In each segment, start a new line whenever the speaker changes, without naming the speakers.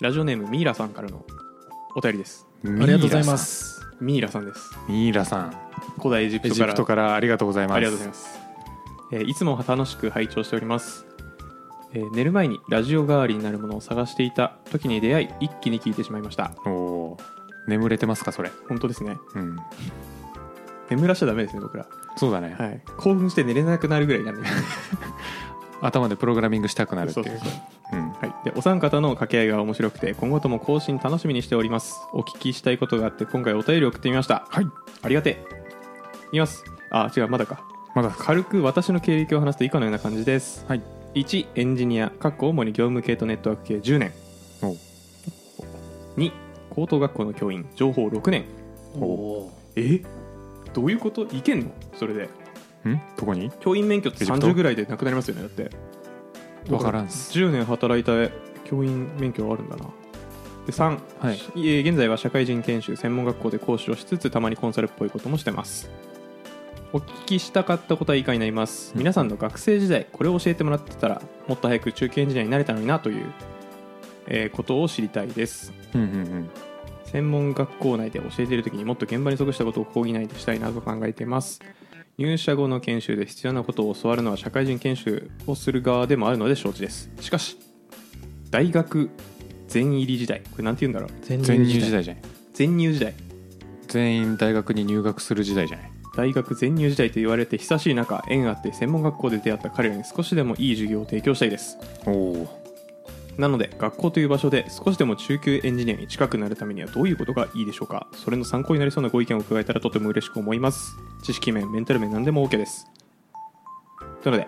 ラジオネームミイラさんからのお便りです
あ
ありがとうございます
ミイラさんです
ミイラさん
古代エジプ
エ
ト
ジ
か
プ
ら
トからありがとうございます
ありがとうございます、えーいつも楽しく拝聴しております、えー寝る前にラジオ代わりになるものを探していた時に出会い一気に聞いてしまいました
おおー眠れてますかそれ
本当ですね
うん
眠らしちゃダメですね僕ら、
そうだね、
はい、興奮して寝れなくなるぐらいになるね
頭でプログラミングしたくなるって
そ
いう
うそうそう
うん
はい、でお三方の掛け合いが面白くて今後とも更新楽しみにしておりますお聞きしたいことがあって今回お便りを送ってみました
はい
ありがてえ言いますあ違うまだか
まだ
軽く私の経歴を話すと以下のような感じです、
はい
1エンジニアかっこ主に業務系とネットワーク系10年
おう
2高等学校の教員情報6年
お
えどういうこといけんのそれで
んどこに
教員免許って
エジプト
30ぐらいでなくなりますよねだって
わからんっす
10年働いた教員免許はあるんだなで3、
はい
えー現在は社会人研修専門学校で講師をしつつたまにコンサルっぽいこともしてますお聞きしたかったことは以下になります、
うん
皆さんの学生時代これを教えてもらってたらもっと早く中堅エンジニアになれたのになという、えーことを知りたいです
うんうん
専門学校内で教えている時にもっと現場に即したことを講義内でしたいなと考えています入社後の研修で必要なことを教わるのは社会人研修をする側でもあるので承知ですしかし大学全入り時代これなんて言うんだろう
全
うん
入
全入
時
時
代
代じゃない
全入時代
全員大学に入学する時代じゃない
大学全入時代と言われて久しい中縁あって専門学校で出会った彼らに少しでもいい授業を提供したいです
おお
なので学校という場所で少しでも中級エンジニアに近くなるためにはどういうことがいいでしょうかそれの参考になりそうなご意見を伺えたらとても嬉しく思います知識面メンタル面何でも OK ですなので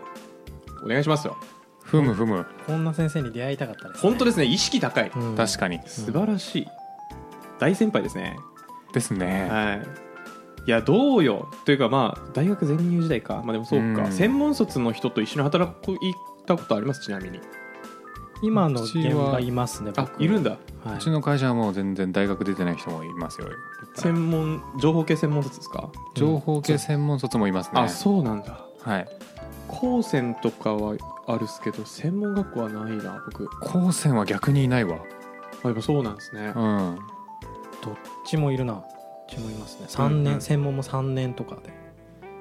お願いしますよ
ふむふむ
こんな先生に出会いたかったです、ね、
本当ですね意識高い
うん
確かに
素晴らしい大先輩ですね
ですね
はいいやどうよというかまあ大学全入時代かまあでもそう
う
か
ん
専門卒の人と一緒に働く行ったことありますちなみに
今の現場いますね
あ
僕
いるんだ
は
う
い
ちの会社はもう全然大学出てない人もいますよ
専門情報系専門卒ですか
情報系専門卒もいますね、
あそうなんだ
はい
高専とかはあるっすけど専門学校はないな僕
高専は逆にいないわ
あやっぱそうなんですね
うん
どっちもいるなどっちもいますね3年、
うんうん
専門も3年とかで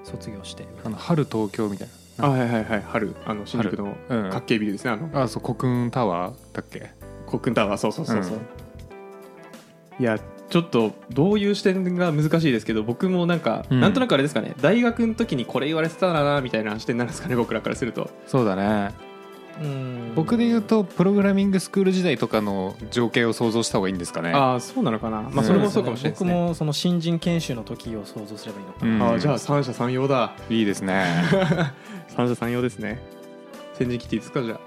卒業して
あの春東京みたい
あはいはいはい春あの新宿の
なうん
かっけえビルですねあの
あそう国運タワーだっけ
コックンタワーそうそうそうそう、
うん
いやちょっとどういう視点が難しいですけど僕もなんか、
うん
なんとなくあれですかね大学の時にこれ言われてたらなみたいな視点なんですかね僕らからすると
そうだね
うん
僕で言うとプログラミングスクール時代とかの情景を想像した方がいいんですかね
ああそうなのかなま
う
あ
ん
それもそうかもしれないです
僕
ね、
もその新人研修の時を想像すればいいのかな、
うん
ああじゃあ三者三様だ
いいです ね
三者三様ですね先人切っていいですかじゃあ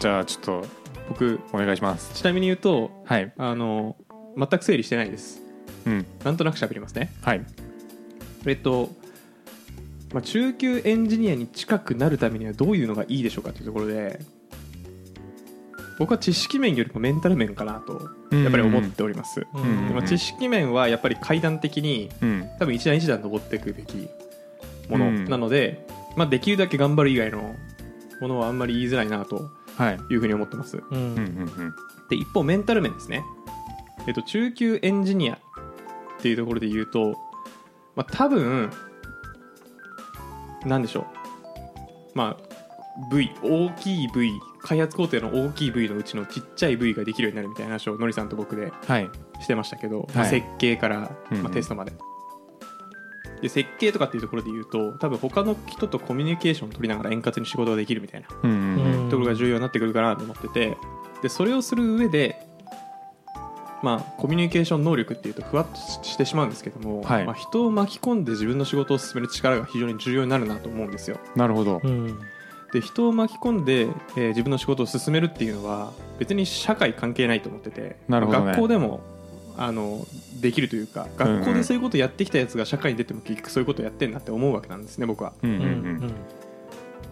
じゃあちょっと
僕
お願いします
ちなみに言うと
はい
あの全く整理してないです
うん
なんとなく喋りますね
はい
えっと、まあ、中級エンジニアに近くなるためにはどういうのがいいでしょうかというところで僕は知識面よりもメンタル面かなとやっぱり思っております、
うん
うん
でまあ知識面はやっぱり階段的に
うん
多分一段一段登っていくべきも
う
の
ん
なので、まあ、できるだけ頑張る以外のものはあんまり言いづらいなと
はい
いうふうに思ってます
うん
うんうん
で一方メンタル面ですね、えっと、中級エンジニアっていうところで言うと、まあ、多分なんでしょうまあ V 大きい V 開発工程の大きい V のうちのちっちゃい V ができるようになるみたいな話をのりさんと僕で
はい
してましたけど、まあ
はい
設計から、
うんうん
まあ、テストまで。で設計とかっていうところで言うと多分他の人とコミュニケーションを取りながら円滑に仕事ができるみたいな
うんうんうん
うん
ところが重要になってくるかなと思っててでそれをする上でまあコミュニケーション能力っていうとふわっとししてしまうんですけども、
はい
まあ、人を巻き込んで自分の仕事を進める力が非常に重要になるなと思うんですよ
なるほど
うん
で人を巻き込んで、えー自分の仕事を進めるっていうのは別に社会関係ないと思ってて
なるほどね
学校でもあのできるというか学校でそういうことやってきたやつが社会に出ても結局そういうことやってんなって思うわけなんですね僕は
うんう
うんんう
うん
ん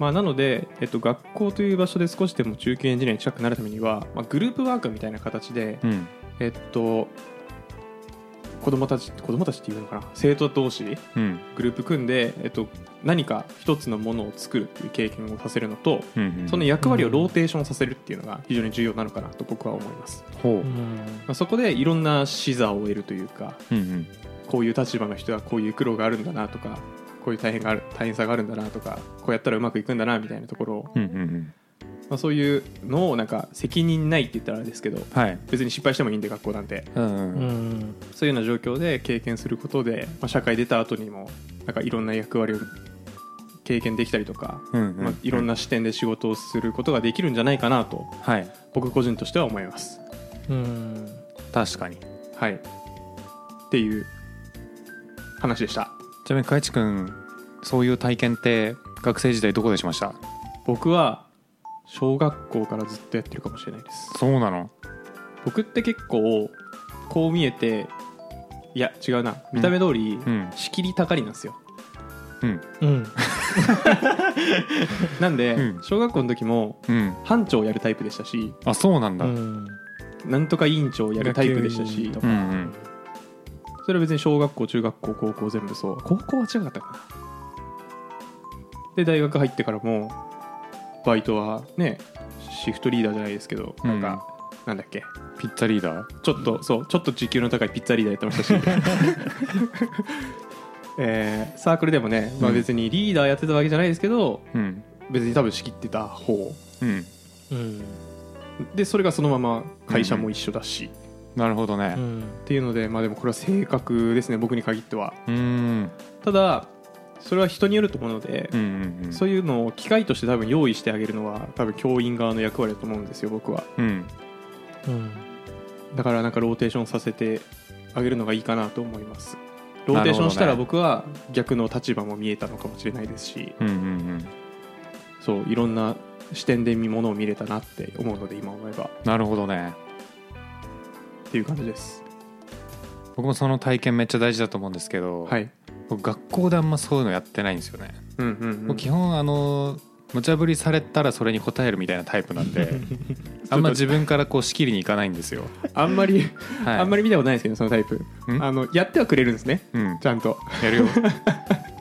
まあ、なので、えっと、学校という場所で少しでも中級エンジニアに近くなるためには、まあ、グループワークみたいな形で、
うん
えっと子供たち子供たちっていうのかな生徒同士
うん
グループ組んで、えっと、何か一つのものを作るっていう経験をさせるのと
うんうん
その役割をローテーションさせるっていうのが非常に重要なのかなと僕は思います、
ほ
うん
まあ、そこでいろんな視座を得るというか
ううん
こういう立場の人はこういう苦労があるんだなとかこういう大変がある大変さがあるんだなとかこうやったらうまくいくんだなみたいなところを、
うんうんうんうん
まあ、そういうのをなんか責任ないって言ったらあれですけど
はい
別に失敗してもいいんで学校なんて
うん
う
うん
ん
そういうような状況で経験することで、まあ、社会出た後にもなんかいろんな役割を経験できたりとか、
うんう
まあ、いろんな視点で仕事をすることができるんじゃないかなと
はい
僕個人としては思います。
うん
確かに
はい、っていう話でした。
ちなみにかいちくんそういう体験って学生時代どこでしました
僕は小学校からずっとやってるかもしれないです。
そうなの
僕って結構こう見えていや違うな見た目通り
うん
仕切りたがりなんですよ。
うん
うん
なんで
うん
小学校の時も
うん
班長をやるタイプでしたし
あそうなん
う
だうん
ん
なんとか委員長をやるタイプでしたし
野球と
う
か
ん
それは別に小学校中学校高校全部そう高校は違かったかなで大学入ってからもバイトはねシフトリーダーじゃないですけどなんか、なんだっけ
ピッツァリーダー
ちょっとそうちょっと時給の高いピッツァリーダーやってましたし えーサークルでもね、まあ、
うん
別にリーダーやってたわけじゃないですけど、
うん
別に多分仕切ってた方
うん
うん
でそれがそのまま会社も一緒だし、
なるほど
う
ね
ん
っていうのでまあでもこれは性格ですね僕に限っては
うんうん
ただそれは人によると思うので
う、んうん
そういうのを機会として多分用意してあげるのは多分教員側の役割だと思うんですよ僕は
うん
うん
だからなんかローテーションさせてあげるのがいいかなと思いますローテーションした
な
ら
る
僕は逆の立場も見えたのかもしれないですし
うんうんうん
そういろんな視点で見ものを見れたなって思うので今思えば
なるほどね
っていう感じです
僕もその体験めっちゃ大事だと思うんですけど、
はい
僕学校であんまそういうのやってないんですよね、
うんうんうん
僕基本あの無茶ぶりされたらそれに応えるみたいなタイプなん であんま自分からこう仕切りにいかないんですよ、
あんまり、
はい、
あんまり見たことないですけどそのタイプ
ん
あのやってはくれるんですね
うん
ちゃんと
やるよ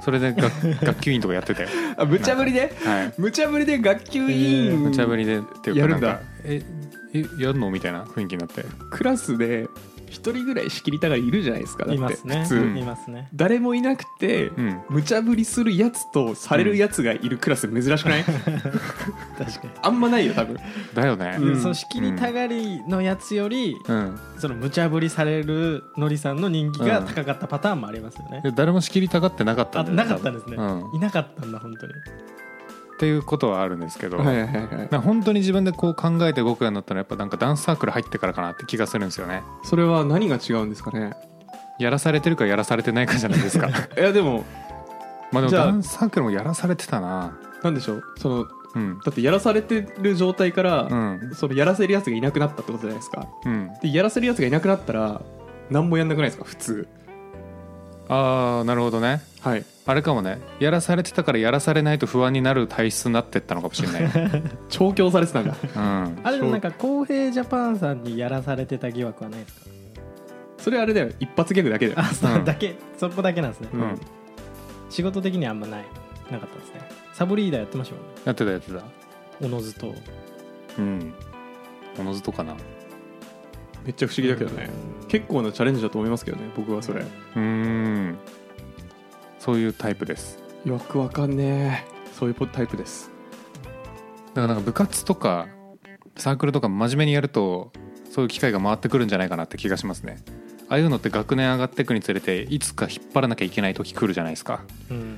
それで学学級委員とかやってたよ
あ無茶ぶりで
はい
無茶ぶりで学級委員
無茶ぶりでっていうか
やるんだ
なんかええやるのみたいな雰囲気になって
クラスで一人ぐらい仕切りたがりいるじゃないですかだっ
い
て
ますね
普
う
通
ん
いますね
誰もいなくて、
うん
無茶ぶりするやつとされるやつがいるクラス珍しくない、
確かに
あんまないよ多分
だよね
うん
その仕切りたがりのやつより、
うん
その無茶ぶりされるのりさんの人気が高かったパターンもありますよね、
で誰も仕切りたがってなかった
あ
んだよね
なかったんですね、
うん
いなかったんだ本当に
っていうことはあるんですけど、
はいはいはい
なんか本当に自分でこう考えて動くようになったのはやっぱなんかダンスサークル入ってからかなって気がするんですよね
それは何が違うんですかね
やらされてるかやらされてないかじゃない ですか
いやでも
まあでも
じゃあ
ダンスサークルもやらされてたな
なんでしょうその
うん
だってやらされてる状態から、
うん
そのやらせるやつがいなくなったってことじゃないですか
うん
でやらせるやつがいなくなったら何もやんなくないですか普通
ああなるほどね
はい
あれかもねやらされてたからやらされないと不安になる体質になってったのかもしれない、 う
調教されて たんだ
ん、
あでもなんか公平ジャパンさんにやらされてた疑惑はないですか
それあれだよ一発ギャグだけだよ
あそう、
うん
だけそこだけなんですね、
うん
うん
仕事的にはあんまないなかったですねサブリーダーやってましたもんね
やってたやってた
おのずと
うんおのずとかなう
めっちゃ不思議だけどね結構なチャレンジだと思いますけどね僕はそれ
ーんそういうタイプです
よくわかんねえそういうポタイプです
だからなんか部活とかサークルとか真面目にやるとそういう機会が回ってくるんじゃないかなって気がしますねああいうのって学年上がっていくにつれていつか引っ張らなきゃいけない時来るじゃないですか
うん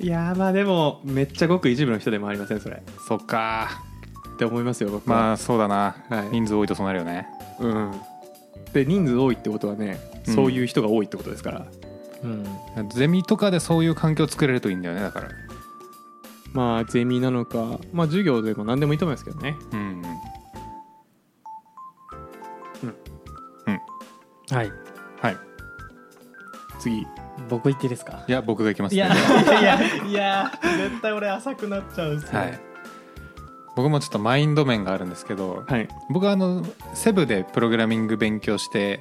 いやーまあでもめっちゃごく一部の人でもありませんそれっ
そっか
て思いますよ僕
ま
は
あそうだな、
はい
人数多いとそうなるよね
うんで人数多いってことはね
うん
そういう人が多いってことですから、
うん
ゼミとかでそういう環境作れるといいんだよねだから
まあゼミなのかまあ授業でも何でもいいと思いますけどね
うん
はい
はい
次
僕言っていいですか
いや僕がいきます
い
ね
やいやいやいや絶対俺浅くなっちゃうんですよ、
はい僕もちょっとマインド面があるんですけど
はい
僕はあのセブでプログラミング勉強して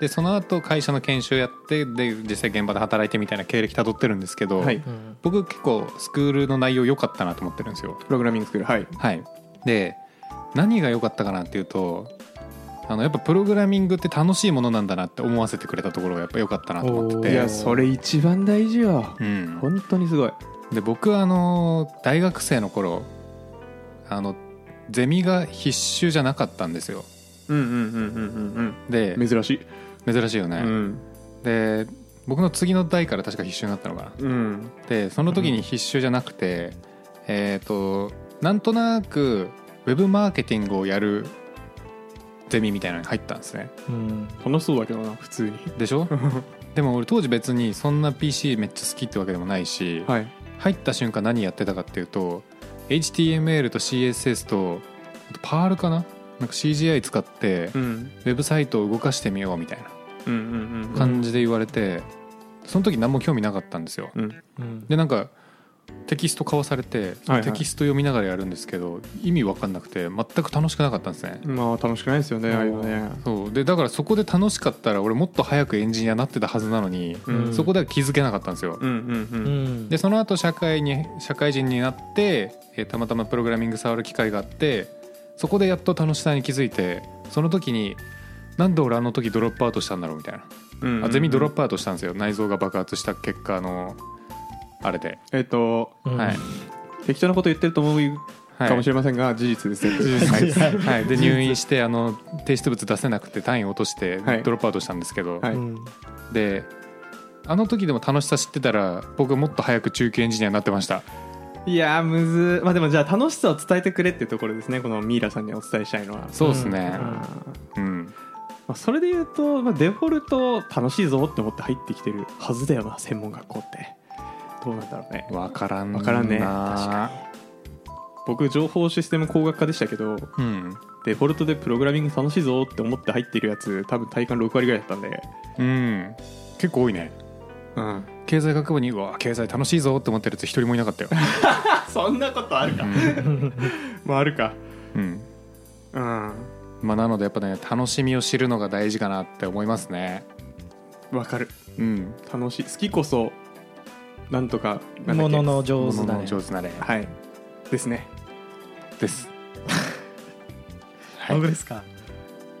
でその後会社の研修やってで実際現場で働いてみたいな経歴たどってるんですけど、
はい
うん
僕結構スクールの内容良かったなと思ってるんですよ。
プログラミングスクールはい
はい、で何が良かったかなっていうとあのやっぱプログラミングって楽しいものなんだなって思わせてくれたところがやっぱ良かったなと思って
い
て。
やそれ一番大事よ
うん、
本当にすごい
で僕はあの大学生の頃あのゼミが必修じゃなかったんですよ
うんうんうんうん
で
うん珍しい
珍しいよね、
うん
で僕の次の代から確か必修になったのかな
うん
でその時に必修じゃなくて、えっ、となんとなくウェブマーケティングをやるゼミみたいなのに入ったんですね
うん
楽しそうだけどな普通に
で しょでも俺当時別にそんな PC めっちゃ好きってわけでもないし、
はい
入った瞬間何やってたかっていうと HTML と CSS とあとパールかななんか CGI 使って
うん
ウェブサイトを動かしてみようみたい
うんうん
な感じで言われてその時何も興味なかったんですよ
うん
でなんかテキスト交わされて
はい
テキスト読みながらやるんですけど意味わかんなくて全く楽しくなかったんですね
うんまあ楽しくないですよね
うん
ああいうのね
そうでだからそこで楽しかったら俺もっと早くエンジニアになってたはずなのに
うん
そこでは気づけなかったんですよ
うんうんう
うんん
でその後社会に社会人になって、えーたまたまプログラミング触る機会があってそこでやっと楽しさに気づいてその時になんで俺あの時ドロップアウトしたんだろうみたいな、
うんうんうん
あゼミドロップアウトしたんですよ内臓が爆発した結果あのあれで、
えっと
うん
はい
適当なこと言ってると思う
はい
かもしれませんが事実です全部
はい
いや
はいで入院してあの提出物出せなくて単位落として
はい
ドロップアウトしたんですけど、
はい
うん
であの時でも楽しさ知ってたら僕もっと早く中級エンジニアになってました
いやーむずーまあでもじゃあ楽しさを伝えてくれってところですねこのミイラさんにお伝えしたいのは
そうですね、
あー
うん、
まあ、それで言うと、まあ、デフォルト楽しいぞって思って入ってきてるはずだよな専門学校ってどうなんだろうね
分からんな
わからんね確か僕情報システム工学科でしたけど
うん
デフォルトでプログラミング楽しいぞって思って入ってるやつ多分体感6割ぐらいだったんで
うん結構多いね
うん
経済学部にうわ経済楽しいぞって思ってるやつ一人もいなかったよ、
あそんなことある
う
か
ん
まああるか
うん
うん
まあ、なのでやっぱね楽しみを知るのが大事かなって思いますね
わかる
うん
楽しい好きこそなんとかなんだっけ
ものの上手だ
物の
ね
上手なれ
はいですね
ですはい
僕ですか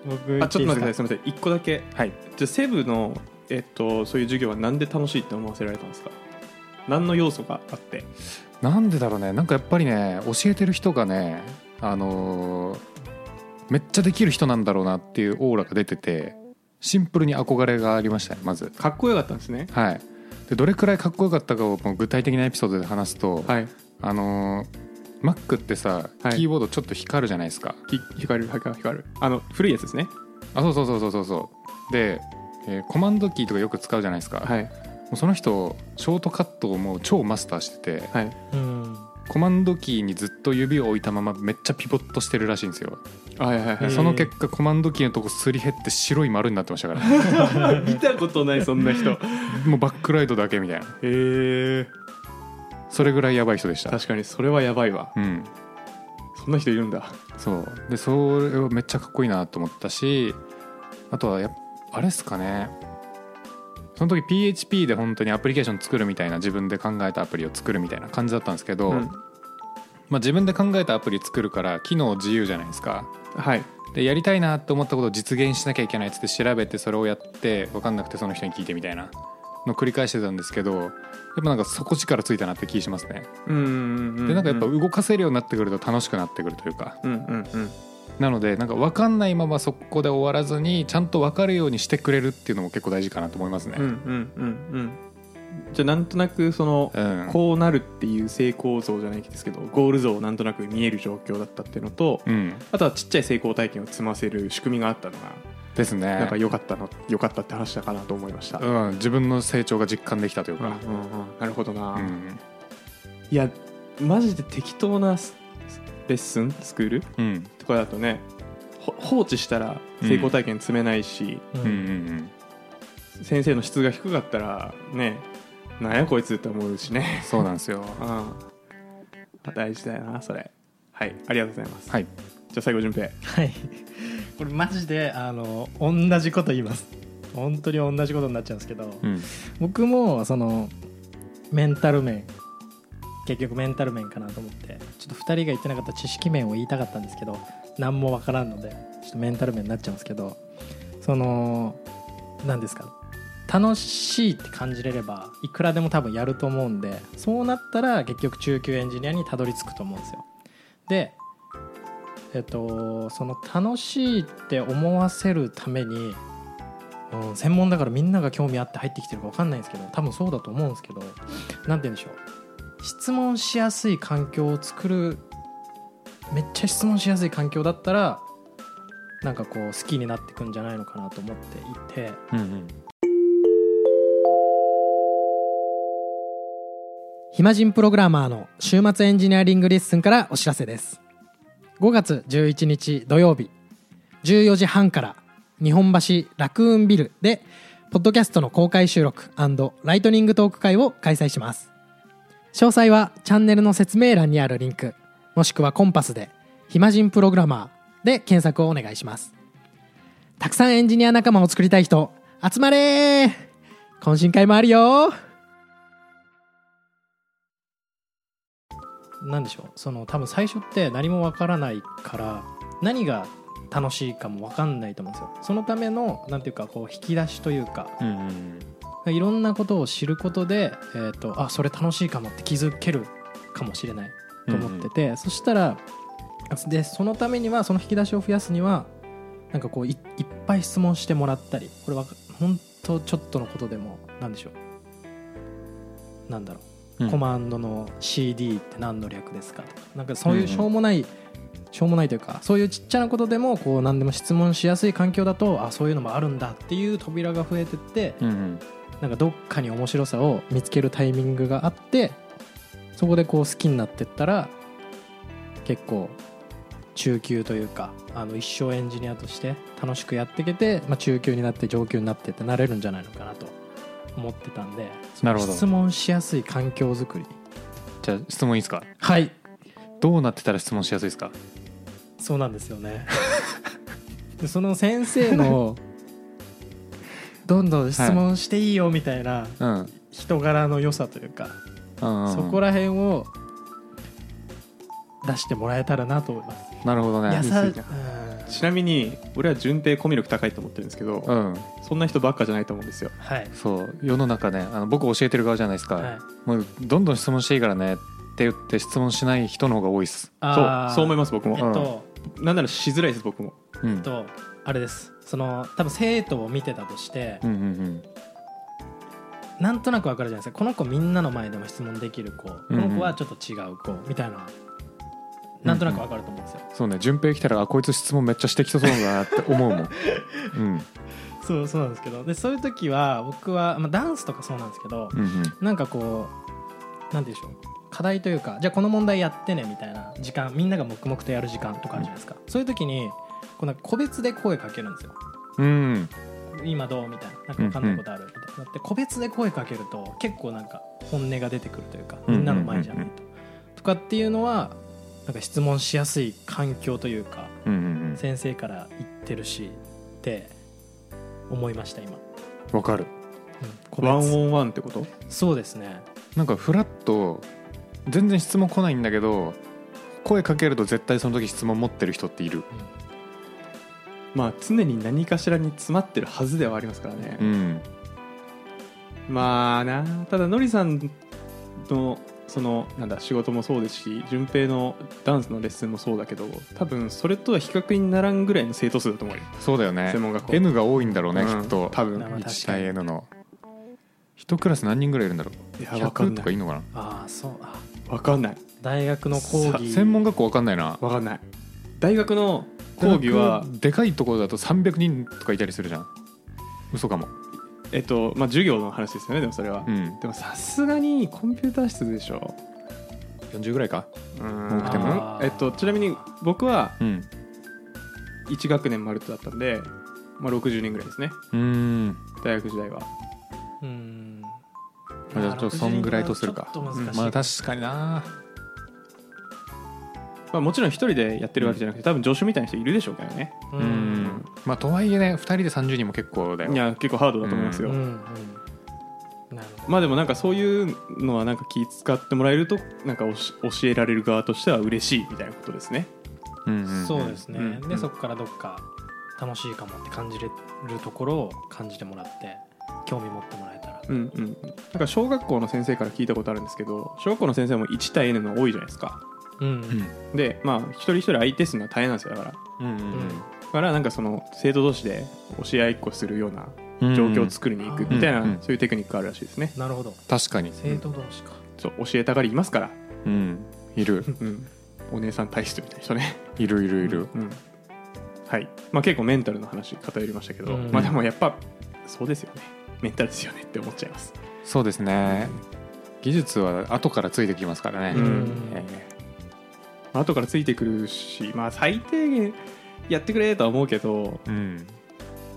僕
あちょっと待ってください
い
すみません一個だけ
はい
じゃあセブの、えっと、そういう授業はなんで楽しいって思わせられたんですか何の要素があって
なんでだろうねなんかやっぱりね教えてる人がねあのーめっちゃできる人なんだろうなっていうオーラが出ててシンプルに憧れがありましたねまず
かっこよかったんですね
はいでどれくらいかっこよかったかをもう具体的なエピソードで話すと、
はい
あのー Mac ってさ、
はい
キーボードちょっと光るじゃないですか
き光る光る光るあの古いやつですね
あそうそうそうそうそうそうで、えーコマンドキーとかよく使うじゃないですか、
はい
もうその人ショートカットをもう超マスターしてて
はい
うん
コマンドキーにずっと指を置いたままめっちゃピボットしてるらしいんですよ
はいはい
へー
その結果コマンドキーのとこすり減って白い丸になって ましたから
はい見たことないそんな人へ
もうバックライトだけみたいな
え
それぐらいやばい人でした
確かにそれはやばいわ
うん
そんな人いるんだ
そうでそれはめっちゃかっこいいなと思ったしあとはやっあれっすかねその時 PHP で本当にアプリケーション作るみたいな自分で考えたアプリを作るみたいな感じだったんですけど、
うん
まあ、自分で考えたアプリ作るから機能自由じゃないですか
はい
でやりたいなと思ったことを実現しなきゃいけないっつって調べてそれをやって分かんなくてその人に聞いてみたいなの繰り返してたんですけどやっぱなんか底力ついたなって気しますね
うん
でなんかやっぱ
う
動かせるようになってくると楽しくなってくるというか
うんうんうん
なのでなんか分かんないままそこで終わらずにちゃんと分かるようにしてくれるっていうのも結構大事かなと思いますね。
うんうんうんうんじゃあなんとなくその
うん
こうなるっていう成功像じゃないですけどゴール像をなんとなく見える状況だったっていうのと、
うん
あとはちっちゃい成功体験を積ませる仕組みがあったのが
ですね
なんか良かったの良かったって話だかなと思いました、うん
うん、自分の成長が実感できたという
うん
か、
うんなるほどな、
うん
いやマジで適当なスレッスンスクール
うん
とかだとねほ放置したら成功体験積めないし、
う
うんうんうん、
先生の質が低かったらねなんやこいつって思うしね
そうなんですよ。
うん大事だよなそれはいありがとうございます、
はい、
じゃあ最後順平
はいこれマジであの同じこと言います本当に同じことになっちゃうんですけど、
うん
僕もそのメンタル面結局メンタル面かなと思ってちょっと2人が言ってなかった知識面を言いたかったんですけど何もわからんのでちょっとメンタル面になっちゃうんですけどその何ですか楽しいって感じれればいくらでも多分やると思うんでそうなったら結局中級エンジニアにたどり着くと思うんですよ。でえっとその楽しいって思わせるためにうん、専門だからみんなが興味あって入ってきてるか分かんないんですけど多分そうだと思うんですけど何て言うんでしょう質問しやすい環境を作るめっちゃ質問しやすい環境だったらなんかこう好きになってくんじゃないのかなと思っていて
うんうん
暇人プログラマーの週末エンジニアリングレッスンからお知らせです5月11日土曜日14時半から日本橋ラクーンビルでポッドキャストの公開収録ライトニングトーク会を開催します詳細はチャンネルの説明欄にあるリンクもしくはコンパスで「暇人プログラマー」で検索をお願いしますたくさんエンジニア仲間を作りたい人集まれー懇親会もあるよーなんでしょうその多分最初って何もわからないから何が楽しいかもわかんないと思うんですよそのためのなんていうかこう引き出しというか
うんうん
いろんなことを知ることで、えー、とあそれ楽しいかもって気づけるかもしれないと思ってて、そしたらでそのためにはその引き出しを増やすにはなんかこういいっぱい質問してもらったりこれはほんとちょっとのことでもなんでしょうなんだろう
うん
コマンドの CD って何の略ですかとかなんかそういうしょうもない、しょうもないというかそういうちっちゃなことでもこう何でも質問しやすい環境だとあそういうのもあるんだっていう扉が増えてって、
うんうん
なんかどっかに面白さを見つけるタイミングがあってそこでこう好きになってったら結構中級というかあの一生エンジニアとして楽しくやっていけて、まあ、中級になって上級になってってなれるんじゃないのかなと思ってたんで
なるほど
質問しやすい環境づくり
じゃあ質問いいですか
はい
どうなってたら質問しやすいですか
そうなんですよ ねでその先生のどんどん質問していいよみたいな
うんうん
人柄の良さというか、
うんうん
そこら辺を出してもらえたらなと思います。
なるほどね
い
さ
いいなちなみに俺は順平コミュ力高いと思ってるんですけど、
うん
そんな人ばっかじゃないと思うんですよ
はい、
そう世の中ねあの僕教えてる側じゃないですか、
はい、
もうどんどん質問していいからねって言って質問しない人の方が多いっす
そうそう思い
ま
ます僕
う
も
ん
えっと、
なんならしづらいです僕も
うん、う
えっ
ん
と、あれです。その多分生徒を見てたとして、
うんうん
なんとなくわかるじゃないですか。この子みんなの前でも質問できる子、この子はちょっと違う子みたいな、なんとなくわかると思うんですよ。
そうね順平来たらあこいつ質問めっちゃしてきそうだなって思うも んうん
そうそうなんですけど、でそういう時は僕はまあダンスとかそうなんですけど、
うんうん
なんかこうなんて言うんでしょう課題というかじゃあこの問題やってねみたいな時間みんなが黙々とやる時間とかあるじゃないですか、そういう時にこうなんか個別で声かけるんですよ
うん
今どうみたいななんか分かんないことあるみたいな、って個別で声かけると結構なんか本音が出てくるというか
うん
み
うんうんうん
んなの前じゃないと、とかっていうのはなんか質問しやすい環境というか
うんうん
先生から言ってるしって思いました今、うん
うんわかる
個別
ワンオンワンってこと
そうですね
なんかフラッと全然質問来ないんだけど声かけると絶対その時質問持ってる人っている
まあ常に何かしらに詰まってるはずではありますからね、
うん
まあなただのりさんのそのなんだ仕事もそうですし順平のダンスのレッスンもそうだけど多分それとは比較にならんぐらいの生徒数だと思うよ
そうだよね
専門学校
N が多いんだろうね、
うん
きっと
多
なるほ
分
ど
1対 N の一クラス何人ぐらいいるんだろう
いやわかん
100
な
と
い
かいいのかな
ああそうあ
わかんない
大学の講義
さ専門学校わかんないな
わかんない大学の講義は
でかいところだと300人とかいたりするじゃん嘘かも
えっとまあ授業の話ですよねでもそれは、
うん
でもさすがにコンピューター室でしょ
40ぐらいか
う
多くて
ん
も
えっとちなみに僕は
うん
1学年丸とだったんで、まあ、60人ぐらいですね
うーん
大学時代は
うーん
まあじゃあちょっとそんぐらいとするか
ちょっと難しい、
まあ確かにな
まあ、もちろん一人でやってるわけじゃなくて多分助手みたいな人いるでしょうからね
う
うんんまあとはいえね2人で30人も結構だよ
いや結構ハードだと思います
う
よ、
んうんなるほど
まあでもなんかそういうのはなんか気使ってもらえるとなんかおし教えられる側としては嬉しいみたいなことですね
うんんん
そうですね、
うん
でそこからどっか楽しいかもって感じれるところを感じてもらって興味持ってもらえたら、
うんうんなんか小学校の先生から聞いたことあるんですけど小学校の先生も1対 N の多いじゃないですか
うん
うん
でまあ一人一人相手するのは大変なんですよだから
うん
だからなんかその生徒同士で教え合いっこするような
うんうん
状況を作りに行くみたいな、
うんうん
そういうテクニックがあるらしいですね
なるほど
確かに
生徒同士か、
そう教えたがりいますから、
うんいる
うん、お姉さん体質みたいな人ね
いるいるいる
うんはいまあ、結構メンタルの話偏りましたけど、
うん
まあ、でもやっぱそうですよねメンタルですよねって思っちゃいます
そうですね技術は後からついてきますから
う
ね
ん
え
まあ後からついてくるし、まあ、最低限やってくれとは思うけど
えうん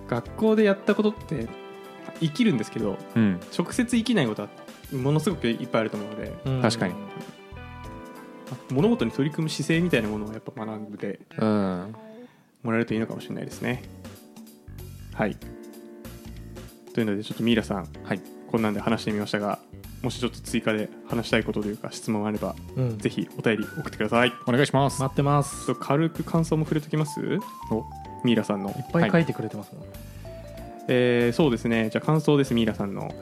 学校でやったことって生きるんですけど
うん
直接生きないことはものすごくいっぱいあると思うので
うん
確かに
物事に取り組む姿勢みたいなものをやっぱ学んで
うん
もらえるといいのかもしれないですねはいというのでちょっとミイラさん
はい
こんなんで話してみましたがもしちょっと追加で話したいことというか質問あれば
うん
ぜひお便り送ってくださいち
お願いします
待ってます
ょ
い
っと軽く感想も触れときます
お
ミイラさんの
っぱい書いてくれてますもん、
えーそうですねじゃあ感想ですミイラさんの、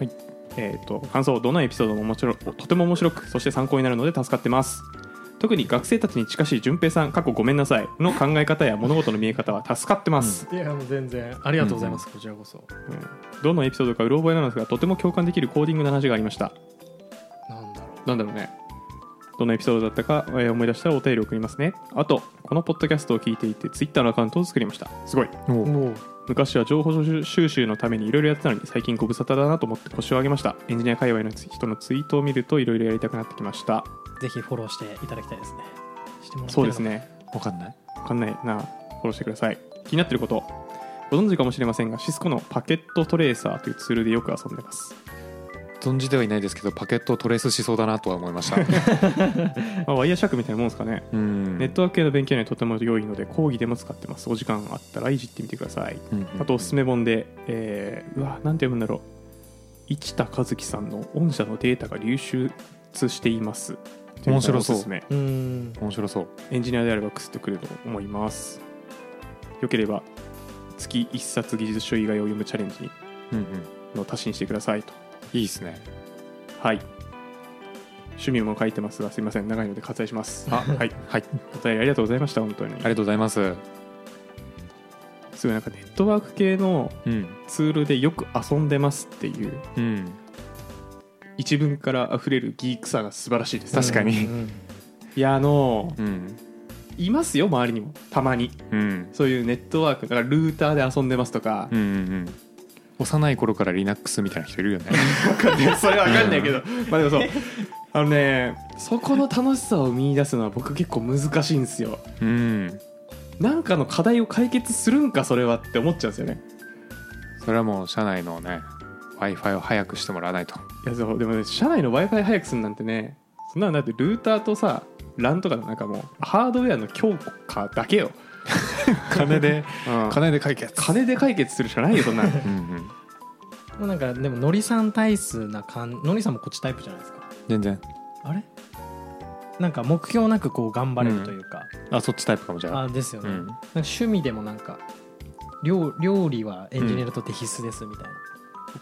えー、と感想どのエピソードも面白とても面白くそして参考になるので助かってます特に学生たちに近しい淳平さん過去ごめんなさいの考え方や物事の見え方は助かってます、
い、やもう全然ありがとうございます、こちらこそ
うんどのエピソードかうろ覚えなんですがとても共感できるコーディングの話がありました
なんだろ
なんだろうねどのエピソードだったか、えー思い出したらお便り送りますねあとこのポッドキャストを聞いていて Twitter のアカウントを作りましたすごい
お
うもう
昔は情報収集のためにいろいろやってたのに最近ご無沙汰だなと思って腰を上げましたエンジニア界隈の人のツイートを見るといろいろやりたくなってきました
ぜひフォローしていただきたいですねしてもらってるのかな
そうですね
わかんない
わかんないなフォローしてください気になってることご存知かもしれませんがシスコのパケットトレーサーというツールでよく遊んでます、
存じてはいないですけどパケットをトレースしそうだなとは思いました
まあ、ワイヤーシャークみたいなもんですかね
うん
ネットワーク系の勉強にはとても良いので講義でも使ってますお時間あったらいじってみてください
うんうん
あとおすすめ本で、えーうわなんて読むんだろう市田和樹さんの御社のデータが流出しています
面白そう
といのがおすすめ
うーん
面白そう
エンジニアであればクスッとくると思いますよければ月1冊技術書以外を読むチャレンジ
うんうん
の足しにしてくださいと
いいですね
はい趣味も書いてますがすいません長いので割愛し ますあはい
はい
お便りありがとうございました本当に
ありがとうございます
すごいなんかネットワーク系の
うん
ツールでよく遊んでますっていう
うん
一文から溢れるギークさが素晴らしいです
確かに
うん
いやあの
うん
いますよ周りにもたまに
うん
そういうネットワークだからルーターで遊んでますとか
うんう、ん幼い頃から Linux みたいな人いるよ ね
それは分かんないけどまあでもそうあのねそこの楽しさを見出すのは僕結構難しいんですよ
うん
なんかの課題を解決するんかそれはって思っちゃうんですよね
それはもう社内のね w i f i を早くしてもらわないと
いやそうでもね社内の w i f i 早くするなんてねそんなのだってルーターとさ LAN とかのなんかもうハードウェアの強化だけよ、
金で
うん
金で解決
金で解決するしかないよそんなの
うんうん
もうなんかでものりさん体質な感のりさんもこっちタイプじゃないですか
全然
あれなんか目標なくこう頑張れるというか、
あそっちタイプかもじゃあ
あですよ
う
ね、なん
ん
か趣味でもなんか料料理はエンジニアだとって必須ですみたいな、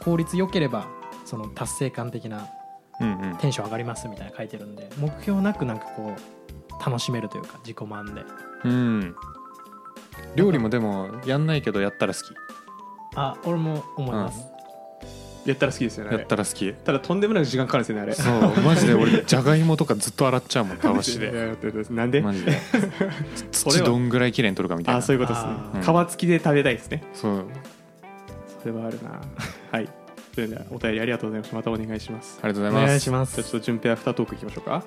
効率良ければその達成感的な
うんうん
テンション上がりますみたいな書いてるんで目標なくなんかこう楽しめるというか自己満で
うん料理もでもやんないけどやったら好き
あ俺も思います、
やったら好きですよねあ
や
れ
ったら好き
ただとんでもなく時間かかるんですよねあれ
そう マジで俺じゃがいもとかずっと洗っちゃうもんたわしで
なんで
マ ジで
それ
土
は
どんぐらい綺麗に取るかみたい
あ
な
そういうことですね
あ
ー
皮付きで食べたいですね
そう
それはあるなはいそれではお便りありがとうございましたまたお願いします
ありがとうござい
お
ます
願いします
じゃあちょっと順平アフタートークいきましょうか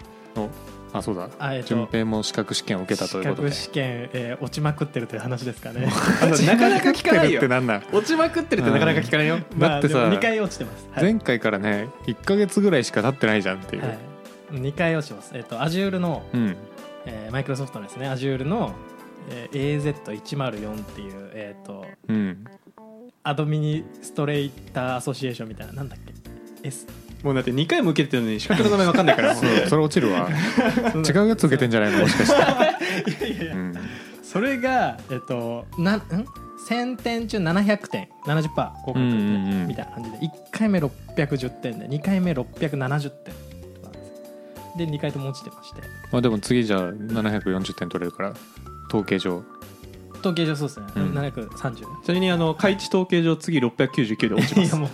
あそうだ
あえっと
順平も資格試験を受けたということで
資格試験、えー落ちまくってるという話です かね
あのなかなか聞かない
っ
よ
てなんだ
落ちまくってるってなかなか聞かないよ、
だってさ
2回落ちてます、はい
前回からね1か月ぐらいしか経ってないじゃんっていう、
はい、2回落ちてますえっ、と Azure の
うん
えーマイクロソフトのですね Azure の、えー AZ104 っていう、えー、と
うん
アドミニストレーターアソシエーションみたいななんだっけ S
もうだって2回も受けてるのに資格の名前わかんないからもう
そうそれ落ちる わ違うやつ受けてんじゃないのもしかして
いやいやいや
うん
それがえっ、となんん1000点中700点70%合格
うんうんうん
みたいな感じで1回目610点で2回目670点とかなんですよで2回とも落ちてまして
まあでも次じゃあ740点取れるから統計上
統計上そうですね、
うん
730
ちなみにあの開智統計上次699で落ちま
いや
す
も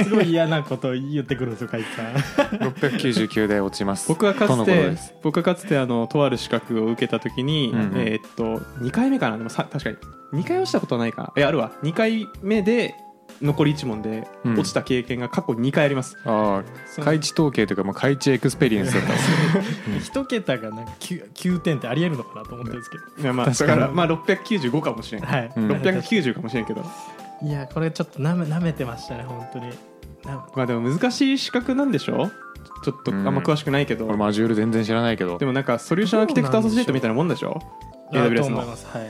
う すごい嫌なこと言ってくるんですよ、かいさん。
699で落ちます
僕はか
と
つ
のこと
て
です
僕はかつてあのとある資格を受けた時に、
うんうん
えーっと2回目かなでもさ確かに2回落ちたことはないかないやあるわ2回目で残り1問で
うん
落ちた経験が過去2回あります、
ああ
その
開智統計というかまあ開智エクスペリエンスだったんですね
一桁がなんか 9, 点ってありえるのかなと思ってるんですけど、
いやまあ
確か
だ
に
から、まあ、695かもしれない、
はい、
うん
690かもしれんけど
いやこれちょっとなめなめてましたね本当にな
まあでも難しい資格なんでしょちょっとあんま詳しくないけど、
俺マジュール全然知らないけど
でもなんかソリューションアーキテクトアソシエイトみたいなもんでしょ
あると
AWS
思い
の
ますはい、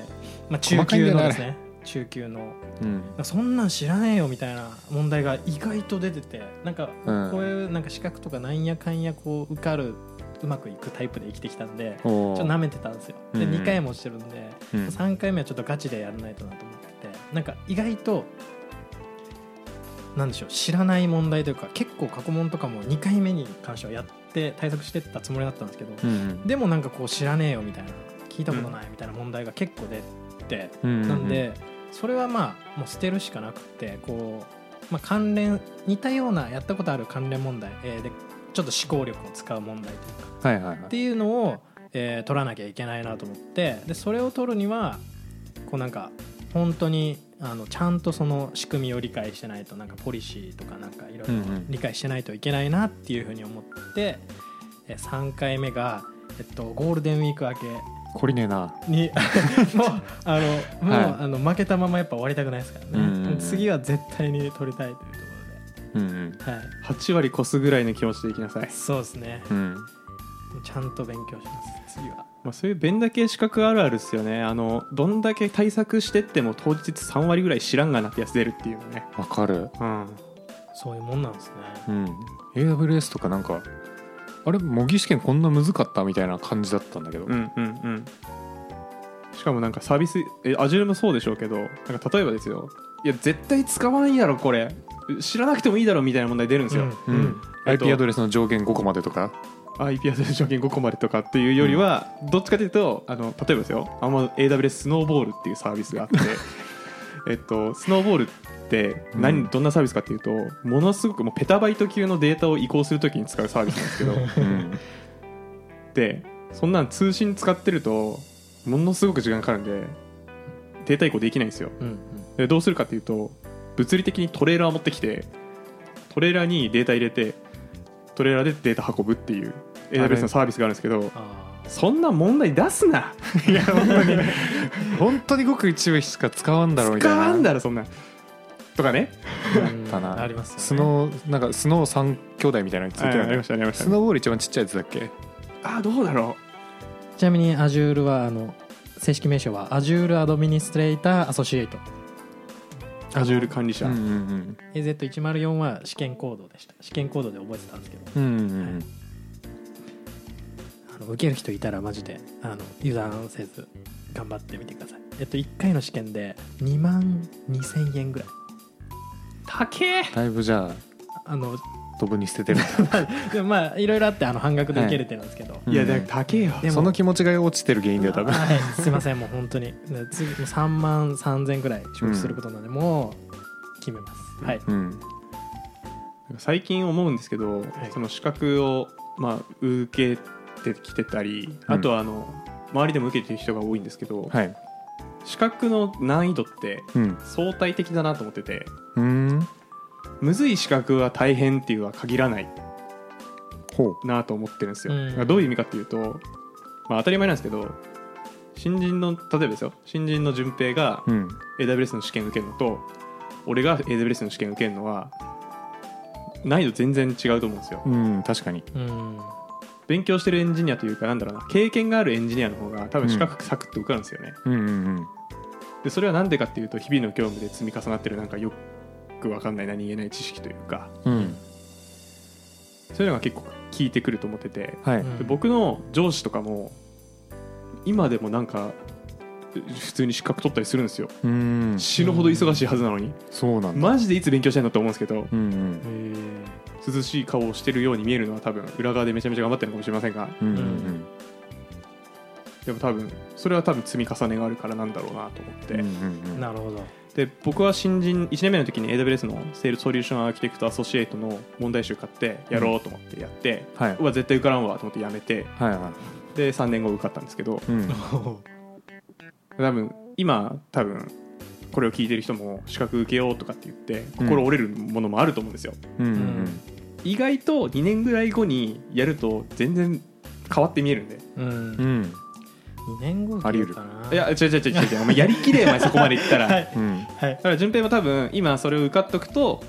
まあ、
細
中
かいんだ
級
よ
の
ね
ですね中級の
うん
なんかそんなん知らねえよみたいな問題が意外と出ててなんか
うん
こういうなんか資格とかなんやかんやこう受かるうまくいくタイプで生きてきたんでちょ
お
っ
ー
となめてたんですよ
うん
で
うん
2回も落ちてるんで
うん
3回目はちょっとガチでやらないとなと思っててなんか意外となんでしょう知らない問題というか結構過去問とかも2回目に関してはやって対策してったつもりだったんですけど、
うん
でもなんかこう知らねえよみたいな聞いたことないみたいな問題が結構出て、
うん
なんでそれはまあもう捨てるしかなくてこう、まあ、関連似たようなやったことある関連問題、えーでちょっと思考力を使う問題というか
はいはいはい
っていうのを、えー取らなきゃいけないなと思ってでそれを取るにはこうなんか本当にあのちゃんとその仕組みを理解してないとなんかポリシーとかなんかいろいろ
うんうん
理解してないといけないなっていうふうに思って、えー3回目が、えっと、ゴールデンウィーク明け
懲りねえな
に もうあのもう、
はい
あの負けたままやっぱ終わりたくないですからね、
うんうん
次は絶対に取りたいというとこ
うんうん
ろで、はい、
8割越すぐらいの気持ちでいきなさい、
そうですね
うん
ちゃんと勉強します次は。
まあ、そういう弁だけ資格あるあるですよねあのどんだけ対策してっても当日3割ぐらい知らんがなってやつ出るっていうのね
わかる
うん
そういうもんなんですね、
うん AWS とかなんかあれ模擬試験こんな難かったみたいな感じだったんだけど
うんうんうんしかもなんかサービスえ Azure もそうでしょうけどなんか例えばですよいや絶対使わないやろこれ知らなくてもいいだろみたいな問題出るんですよ、
うん IP アドレスの上限5個までとか
IP アドレス条件5個までとかっていうよりは、どっちかというとあの例えばですよあの AWS スノーボールっていうサービスがあって えっとスノーボールって何、
うん
どんなサービスかっていうとものすごくもうペタバイト級のデータを移行するときに使うサービスなんです けど
うん
でそんなん通信使ってるとものすごく時間かかるんでデータ移行できないんですよ
うんうん
でどうするかっていうと物理的にトレーラーを持ってきてトレーラーにデータ入れてトレーラーでデータ運ぶっていう
れ
AWS のサービスがあるんですけど
あー
そんな問題出すな いや本当に
本当にごく一部しか使わんだろうみたい
使
な
わんだろそんなとかね
うん
だな
ありますよね
スノーなんかスノー三兄弟みたいなのについて
はい
る
ありましたありまし
ス
た
ノーボール一番ちっちゃいやつだっけ
あどうだろ
ちなみに Azure はあの正式名称は Azure Administrator Associate
う Azure 管理者、
うんうん
AZ104 は試験コードでした試験コードで覚えてたんですけど
うんうんうん
あの受ける人いたらマジであの油断せず頑張ってみてくださいえっと1回の試験で2万2000円ぐらい
たけ
だいぶじゃあ
あの
ドブに捨ててる
でもまあいろいろあってあの半額で受けれてるんですけど、
いや
うん
だたけよ
でも
その気持ちが落ちてる原因だよ多分
はい、すいませんもう本当にで次もう3万3000ぐらい消費することなんで、もう決めますはい、
うん
最近思うんですけど、その資格を、まあ、受けてきてたりあとはあの、周りでも受けてる人が多いんですけど、
はい
資格の難易度って
うん
相対的だなと思ってて
うーん
むずい資格は大変っていうのは限らない
ほう
なと思ってるんですよ、
うん
だからどういう意味かっていうと、まあ、当たり前なんですけど新人の例えばですよ新人の順平が
うん
AWS の試験受けるのと俺が AWS の試験受けるのは難易度全然違うと思うんですよ
うん確かに
うん
勉強してるエンジニアというかなんだろうな経験があるエンジニアの方が多分資格サクッと受かるんですよね、
うんうんうん
でそれはなんでかっていうと日々の業務で積み重なってるなんかよくわかんない何言えない知識というか
うん
そういうのが結構効いてくると思ってて
はい、
うん
で僕の上司とかも今でもなんか普通に資格取ったりするんですよ
うん
死ぬほど忙しいはずなのに
そうなんだ、
マジでいつ勉強したいのと思うんですけど
うんうん
涼しい顔をしてるように見えるのは多分裏側でめちゃめちゃ頑張ってるのかもしれませんが
うんうんうん
でも多分それは多分積み重ねがあるからなんだろうなと思って、
うんうんうん
なるほど
で僕は新人1年目の時に AWS のセールソリューションアーキテクトアソシエイトの問題集買ってやろうと思ってやって、
はいう
わ絶対受からんわと思ってやめて
はいは
で3年後受かったんですけど
いうん
多分今多分これを聞いてる人も資格受けようとかって言って心折れるものもあると思うんですよ、
うんうん
意外と2年ぐらい後にやると全然変わって見えるんで
うん
うんうん
2年後っていうかない
や違う違う違う違うお前やりきれお前そこまでいったら、
はい
うん
はい
だから順平も多分今それを受かっとくと、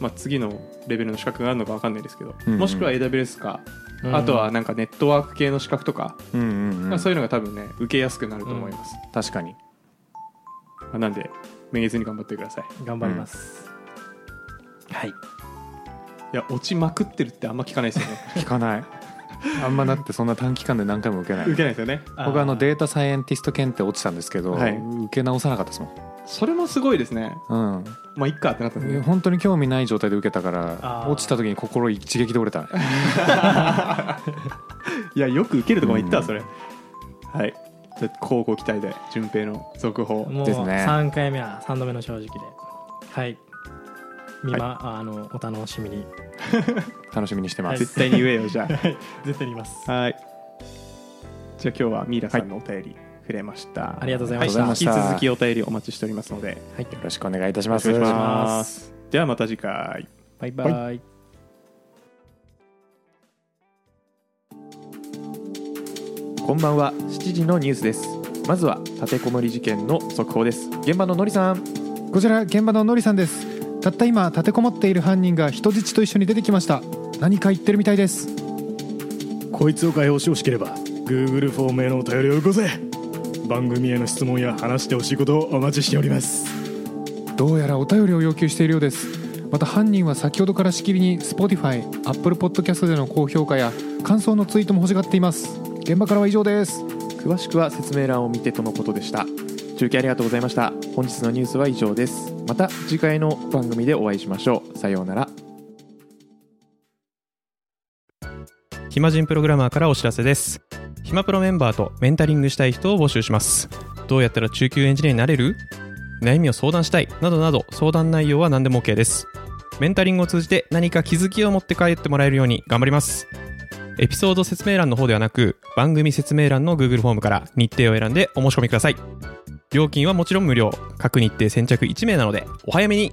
まあ、次のレベルの資格があるのか分かんないですけど、
うんうん
もしくは AWS か、
うん
あとはなんかネットワーク系の資格とか、
うんうんうん
そういうのが多分ね受けやすくなると思います、
確かに
まあなんでめげずに頑張ってください
頑張りますはい
いや落ちまくってるってあんま聞かないですよね
聞かないあんまだってそんな短期間で何回も受けない
受けないですよね
僕あのデータサイエンティスト検定落ちたんですけど、
はい
受け直さなかったですも
それもすごいですね
ん、
まあいっかってなったん
う
です
ん、
ね
本当に興味ない状態で受けたか
あ
ら
ー
落ちた時に心一撃で折れたね
いやよく受けるとこまで行ったわ
うん
それ、はいじゃあ乞うご期待で順平の続報
もう
ですね
3回目は3度目の正直ではい見ま、あのお楽しみに
楽しみにしてます、
絶対に言えよじゃあ
絶対に います
はい。じゃあ今日はミイラさんのお便り触れました。
ありがとうございました
は引き続きお便りお待ちしておりますので、
はい
よろしくお願いいたします
お願いし
お願いし
ま。
ます
ではまた次回。
バイバイ、
こんばんは。7時のニュースです。まずは立てこもり事件の速報です。現場ののりさん。
こちら現場ののりさんですたった今立てこもっている犯人が人質と一緒に出てきました何か言ってるみたいです
こいつを解放してほしければ Google フォームへのお便りをよこせ番組への質問や話してほしいことをお待ちしております
どうやらお便りを要求しているようですまた犯人は先ほどからしきりに Spotify、Apple Podcast での高評価や感想のツイートも欲しがっています現場からは以上です
詳しくは説明欄を見てとのことでした。中継ありがとうございました。本日のニュースは以上です。また次回の番組でお会いしましょう。さようなら。
暇人プログラマーからお知らせです暇プロメンバーとメンタリングしたい人を募集しますどうやったら中級エンジニアになれる悩みを相談したいなどなど相談内容は何でも OK ですメンタリングを通じて何か気づきを持って帰ってもらえるように頑張りますエピソード説明欄の方ではなく番組説明欄の Google フォームから日程を選んでお申し込みください料金はもちろん無料各日程先着1名なのでお早めに